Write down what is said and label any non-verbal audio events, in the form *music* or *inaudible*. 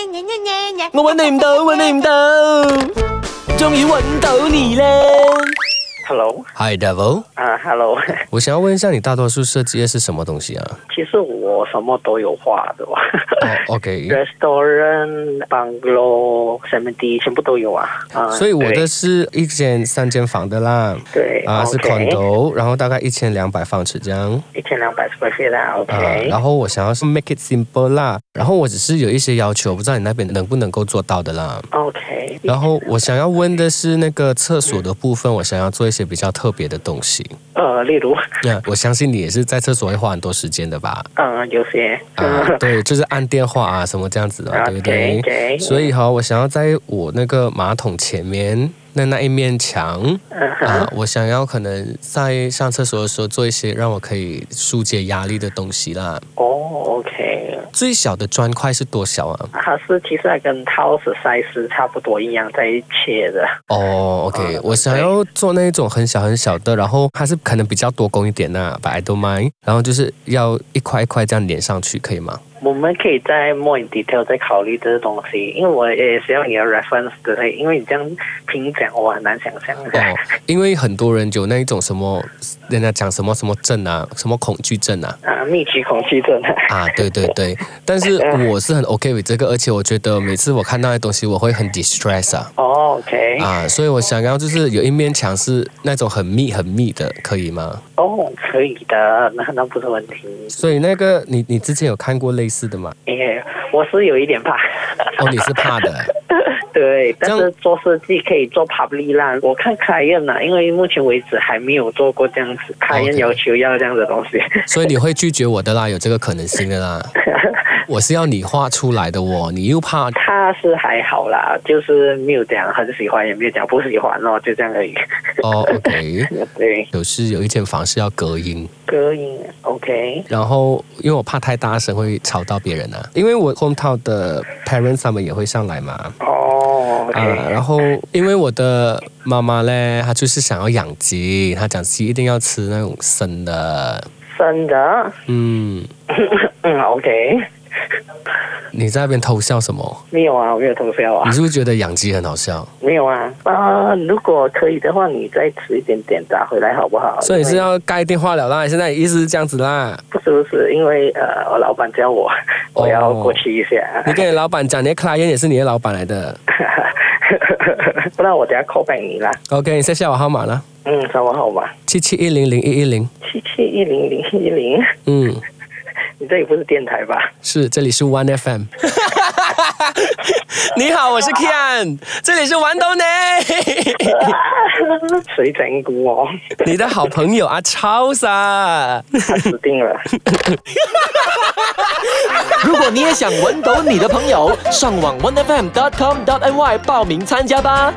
嘅。我揾你唔到，揾你唔到，終於揾到你嘞 Hello， ！Hi Devil，啊、h e l l o 我想要问一下，你大多数设计的是什么东西啊？ *laughs* 其实我什么都有画的、哦、 *laughs* 哦，OK， ，restaurant、bungalow、seventy 全部都有啊。啊、所以我的对是一间三间房的啦，对啊是 condo，然后大概一千两百方尺这样。一千两百 square feet 啦啊， ，OK，、然后我想要是 make it simple 啦，然后我只是有一些要求，我不知道你那边能不能够做到的啦。 OK，然后我想要问的是那个厕所的部分，我想要做一些比较特别的东西。呃，例如，那我相信你也是在厕所会花很多时间的吧？呃，有些，啊，呃，对，就是按电话啊什么这样子的嘛，对不对 OK，OK 所以哈，我想要在我那个马桶前面的那一面墙啊，我想要可能在上厕所的时候做一些让我可以疏解压力的东西啦。 *laughs* 哦，OK，最小的砖块是多小啊？它是其实还跟 house size 差不多一样在切的。哦，OK，啊我想要做那一种很小很小的，然后它是可能比较多工一点呐、把 b u I don't mind。然后就是要一块一块这样连上去，可以吗？我们可以再 more in detail 再考虑这个东西，因为我也需要你的 reference 之类，因为你这样凭讲我很难想象。 *laughs* 哦，因为很多人有那一种什么，人家讲什么什么症啊，什么恐惧症啊，啊，密集恐惧症 *laughs* 啊，对对对。但是我是很 OK with 这个，而且我觉得每次我看到的东西，我会很 distress 啊哦，OK，啊，所以我想要就是有一面墙是那种很密很密的，可以吗？哦，可以的，那那不是问题。所以那个你你之前有看过类似的吗？耶、我是有一点怕， *laughs* 哦，你是怕的、对，但这是样做设计可以做 public 啦。我看凯恩啊，因为目前为止还没有做过这样子，凯恩 OK 要求要这样的东西。 *laughs* 所以你会拒绝我的啦，有这个可能性的啦。我是要你画出来的哦，你又怕他是还好啦，就是没有讲很喜欢，也没有讲不喜欢哦，就这样而已。哦，OK。对，有是有一间房是要隔音，隔音 OK。然后因为我怕太大声会吵到别人啊，因为我 hometown 的 parents 他们也会上来嘛，哦啊， ，OK，然后因为我的妈妈嘞，她就是想要养鸡，她讲鸡一定要吃那种生的，真的，嗯，嗯，OK，你在那边偷笑什么？没有啊，我没有偷笑啊你，是不是觉得养鸡很好笑？没有啊，啊、如果可以的话，你再迟一点点打回来好不好？所以是因为要盖电话了啦，现在意思是这样子啦。不是不是，因为呃，我老板叫我，哦我要过去一 *laughs* 下，你跟你老板讲，你的 client 也是你的老板来的。不然我等下 call back 你啦。 OK，你写下我号码啦，嗯，什么号码？七七一零零一一零。七七一零零一零，嗯，你这里不是电 *laughs* 台吧？是，这里是 One FM。你好，我是 Kian，这里是玩豆呢，谁啊整蛊哦我？ *laughs* 你的好朋友阿超啊。他死定了。如果你也想揾到你的朋友，上网 onefm.com.ny 报名参加吧。